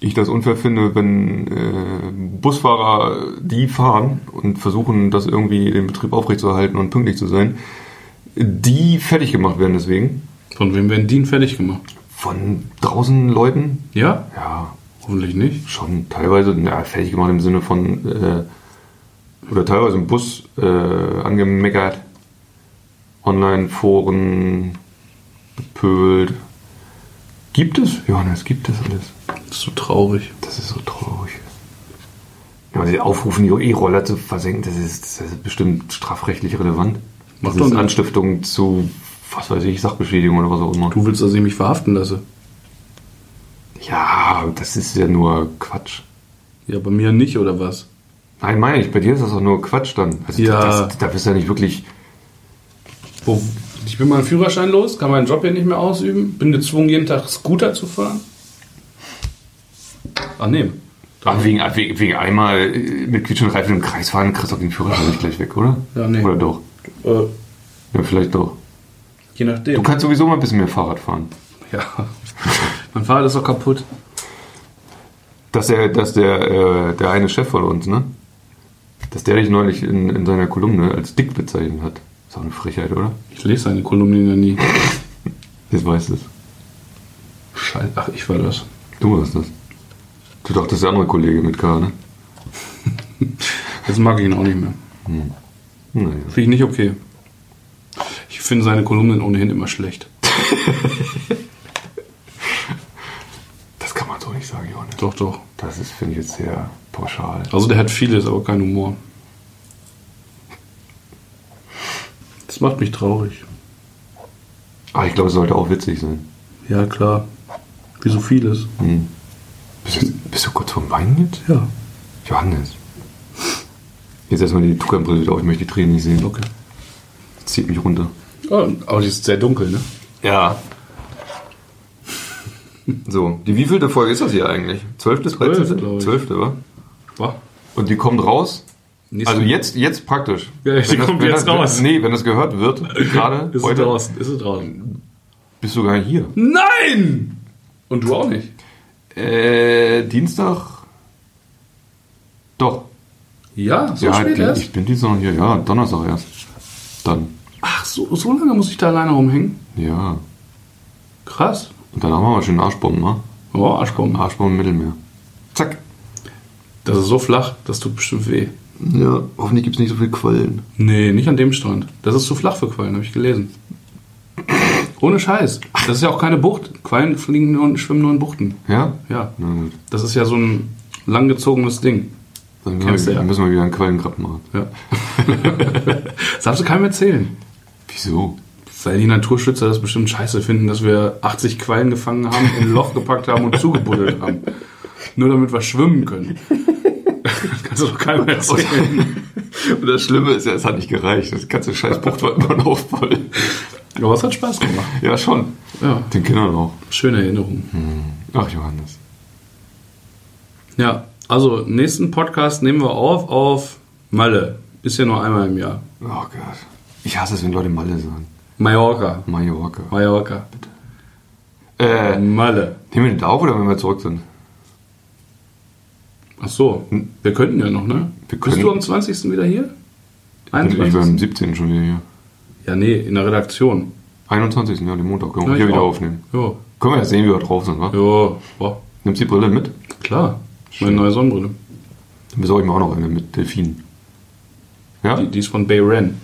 Speaker 2: ich das unfair finde, wenn äh, Busfahrer, die fahren und versuchen, das irgendwie den Betrieb aufrechtzuerhalten und pünktlich zu sein, die fertig gemacht werden deswegen.
Speaker 3: Von wem werden die denn fertig gemacht?
Speaker 2: Von draußen Leuten?
Speaker 3: Ja?
Speaker 2: Ja,
Speaker 3: Hoffentlich nicht.
Speaker 2: schon teilweise na, fertig gemacht im Sinne von äh, oder teilweise im Bus äh, angemeckert, Online-Foren gepöbelt. Gibt es, Johannes, gibt es alles.
Speaker 3: Das ist so traurig.
Speaker 2: Das ist so traurig. Wenn man sich aufrufen, die E-Roller zu versenken, das ist, das ist bestimmt strafrechtlich relevant. Das
Speaker 3: Macht
Speaker 2: ist
Speaker 3: doch nichts.
Speaker 2: Anstiftung zu, was weiß ich, Sachbeschädigung oder was auch immer.
Speaker 3: Du willst, dass ich mich verhaften lasse?
Speaker 2: Ja, das ist ja nur Quatsch.
Speaker 3: Ja, bei mir nicht, oder was?
Speaker 2: Nein, meine ich, bei dir ist das doch nur Quatsch dann. Also
Speaker 3: Ja.
Speaker 2: das, da bist du ja nicht wirklich.
Speaker 3: Wo, ich bin meinen Führerschein los, kann meinen Job hier nicht mehr ausüben, bin gezwungen, jeden Tag Scooter zu fahren. Ach nee.
Speaker 2: Ach, wegen, wegen, wegen einmal äh, mit quietschenden Reifen im Kreis fahren, kriegst du auch den Führerschein nicht gleich weg, oder?
Speaker 3: Ja, nee.
Speaker 2: Oder doch?
Speaker 3: Äh,
Speaker 2: Ja, vielleicht doch.
Speaker 3: je nachdem.
Speaker 2: Du kannst sowieso mal ein bisschen mehr Fahrrad fahren.
Speaker 3: ja. mein Fahrrad ist doch kaputt.
Speaker 2: Dass der, dass der, äh, der eine Chef von uns, ne? Dass der dich neulich in, in seiner Kolumne als dick bezeichnet hat. Ist auch eine Frechheit, oder?
Speaker 3: Ich lese seine Kolumne ja nie.
Speaker 2: Jetzt weißt du es.
Speaker 3: Scheiße. Ach, ich war das.
Speaker 2: Du warst das. Du dachtest, der andere Kollege mit K, ne?
Speaker 3: Jetzt mag ich ihn auch nicht mehr.
Speaker 2: Naja.
Speaker 3: Finde ich nicht okay. Ich finde seine Kolumnen ohnehin immer schlecht.
Speaker 2: Das kann man so nicht sagen, Johannes.
Speaker 3: Doch, doch.
Speaker 2: Das ist, finde ich, jetzt sehr pauschal.
Speaker 3: Also der hat vieles, aber keinen Humor. Das macht mich traurig.
Speaker 2: Aber Ah, ich glaube, es sollte auch witzig sein.
Speaker 3: Ja, klar. Wie so vieles.
Speaker 2: Bist du, bist du kurz vorm Weinen jetzt?
Speaker 3: Ja.
Speaker 2: Johannes. Jetzt erstmal die Tuckernbrille wieder auf, ich möchte die Tränen nicht sehen.
Speaker 3: Okay.
Speaker 2: Das zieht mich runter.
Speaker 3: Oh, aber die ist sehr dunkel, ne?
Speaker 2: Ja. So, die wievielte Folge ist das hier eigentlich? Zwölfte,
Speaker 3: Zwölf, glaub
Speaker 2: dreizehnte?
Speaker 3: ich.
Speaker 2: Zwölfte, wa?
Speaker 3: War?
Speaker 2: Und die kommt raus? Also jetzt, jetzt praktisch.
Speaker 3: Ja, die
Speaker 2: Wenn
Speaker 3: kommt
Speaker 2: wenn
Speaker 3: jetzt
Speaker 2: wenn-
Speaker 3: raus.
Speaker 2: Nee, wenn das gehört wird, gerade
Speaker 3: ist es
Speaker 2: heute,
Speaker 3: draußen. Ist es draußen.
Speaker 2: bist du gar nicht hier.
Speaker 3: Nein! Und du auch nicht.
Speaker 2: Äh, Dienstag? Doch.
Speaker 3: Ja, so
Speaker 2: ja,
Speaker 3: spät
Speaker 2: die,
Speaker 3: erst.
Speaker 2: ich bin Dienstag noch hier. Ja, Donnerstag erst. Dann.
Speaker 3: Ach, so, so lange muss ich da alleine rumhängen?
Speaker 2: Ja.
Speaker 3: Krass.
Speaker 2: Und danach machen wir schön Arschbomben, ne?
Speaker 3: Oh, Arschbomben.
Speaker 2: Arschbomben im Mittelmeer. Zack.
Speaker 3: Das ist so flach, das tut bestimmt weh.
Speaker 2: Ja, hoffentlich gibt es nicht so viel Quellen.
Speaker 3: Nee, nicht an dem Strand. Das ist zu flach für Quallen, habe ich gelesen. Ohne Scheiß. Das ist ja auch keine Bucht. Quallen fliegen nur und schwimmen nur in Buchten.
Speaker 2: Ja?
Speaker 3: Ja.
Speaker 2: Na gut.
Speaker 3: Das ist ja so ein langgezogenes Ding.
Speaker 2: Dann
Speaker 3: Kennst
Speaker 2: müssen wir,
Speaker 3: du ja.
Speaker 2: müssen wir wieder einen Quellengrab machen.
Speaker 3: Ja. das darfst du keinem erzählen.
Speaker 2: Wieso?
Speaker 3: Weil die Naturschützer das bestimmt scheiße finden, dass wir 80 Quallen gefangen haben, in ein Loch gepackt haben und zugebuddelt haben. Nur damit wir schwimmen können. Das kannst du doch keinem erzählen.
Speaker 2: Und das Schlimme ist ja, es hat nicht gereicht. Das ganze scheiß Bucht war immer noch voll.
Speaker 3: Aber es hat Spaß gemacht.
Speaker 2: Ja, schon.
Speaker 3: Ja,
Speaker 2: Den Kindern auch.
Speaker 3: schöne Erinnerung.
Speaker 2: Ach, Johannes.
Speaker 3: Ja, also nächsten Podcast nehmen wir auf auf Malle. Ist ja nur einmal im Jahr.
Speaker 2: Oh Gott. Ich hasse es, wenn Leute Malle sagen.
Speaker 3: Mallorca.
Speaker 2: Mallorca.
Speaker 3: Mallorca.
Speaker 2: Äh, nehmen
Speaker 3: Malle.
Speaker 2: wir den da auf oder wenn wir zurück sind?
Speaker 3: Ach so, wir könnten ja noch, ne?
Speaker 2: Hm. Wir
Speaker 3: Bist
Speaker 2: können-
Speaker 3: du am 20. wieder hier?
Speaker 2: Bin ich beim
Speaker 3: 21.
Speaker 2: 17. schon wieder hier.
Speaker 3: Ja, nee, in der Redaktion.
Speaker 2: 21. Ja, den Montag. Können
Speaker 3: Ja,
Speaker 2: wir hier
Speaker 3: ich
Speaker 2: wieder
Speaker 3: auch.
Speaker 2: aufnehmen.
Speaker 3: Jo.
Speaker 2: Können wir ja sehen, wie wir drauf sind, wa?
Speaker 3: Jo. Boah.
Speaker 2: Nimmst die Brille mit?
Speaker 3: Klar.
Speaker 2: Schön.
Speaker 3: Meine neue Sonnenbrille.
Speaker 2: Dann besorge ich mir auch noch eine mit Delfinen. Ja?
Speaker 3: Die, die ist von Bay Ren.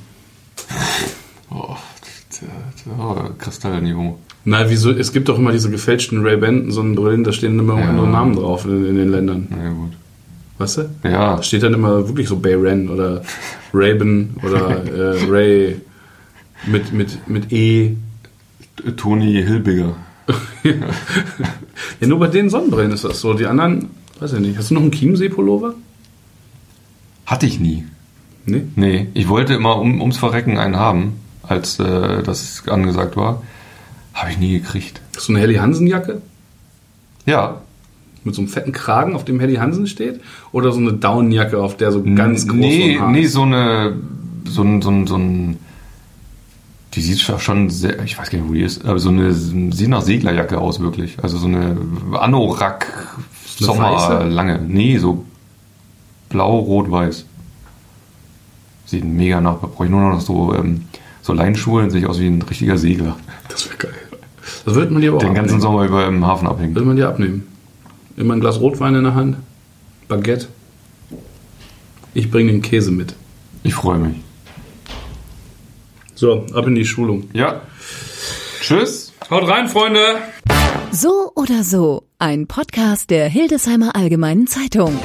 Speaker 2: Oh, das, das, oh, Kristallniveau.
Speaker 3: Na, wieso? Es gibt doch immer diese gefälschten Ray-Ban Sonnenbrillen, da stehen immer
Speaker 2: Ja.
Speaker 3: andere Namen drauf in, in den Ländern.
Speaker 2: Na ja, gut.
Speaker 3: Weißt du?
Speaker 2: Ja,
Speaker 3: Da steht dann immer wirklich so Bay Ren oder Raven oder äh, Ray mit, mit, mit E.
Speaker 2: Toni Hilbiger.
Speaker 3: Ja, nur bei den Sonnenbrillen ist das so. Die anderen, weiß ich nicht. Hast du noch einen Chiemsee-Pullover?
Speaker 2: Hatte ich nie.
Speaker 3: Nee.
Speaker 2: Nee, ich wollte immer um, ums Verrecken einen haben, als äh, das angesagt war. Habe ich nie gekriegt.
Speaker 3: Hast du eine Helly Hansen-Jacke?
Speaker 2: Ja.
Speaker 3: Mit so einem fetten Kragen, auf dem Helly Hansen steht? Oder so eine Daunenjacke, auf der so ganz groß
Speaker 2: Nee,
Speaker 3: und hart
Speaker 2: nee,
Speaker 3: ist?
Speaker 2: so eine. So ein. So ein, so ein die sieht schon- schon sehr, ich weiß gar nicht, wo die ist, aber so eine, sieht nach Seglerjacke aus, wirklich. Also so eine Anorak
Speaker 3: eine weiße?
Speaker 2: Sommerlange. Nee, so Blau, Rot, Weiß. Sieht mega nach. Da brauche ich nur noch so, ähm, so Leinschuhe, dann sehe ich aus wie ein richtiger Segler.
Speaker 3: Das wäre geil. Das würde man dir aber auch
Speaker 2: Den ganzen
Speaker 3: abnehmen.
Speaker 2: Sommer über im Hafen abhängen.
Speaker 3: Würde man dir abnehmen. Immer ein Glas Rotwein in der Hand, Baguette. Ich bringe den Käse mit.
Speaker 2: Ich freue mich.
Speaker 3: So, ab in die Schulung.
Speaker 2: Ja. Tschüss.
Speaker 3: Haut rein, Freunde!
Speaker 1: So oder so, ein Podcast der Hildesheimer Allgemeinen Zeitung.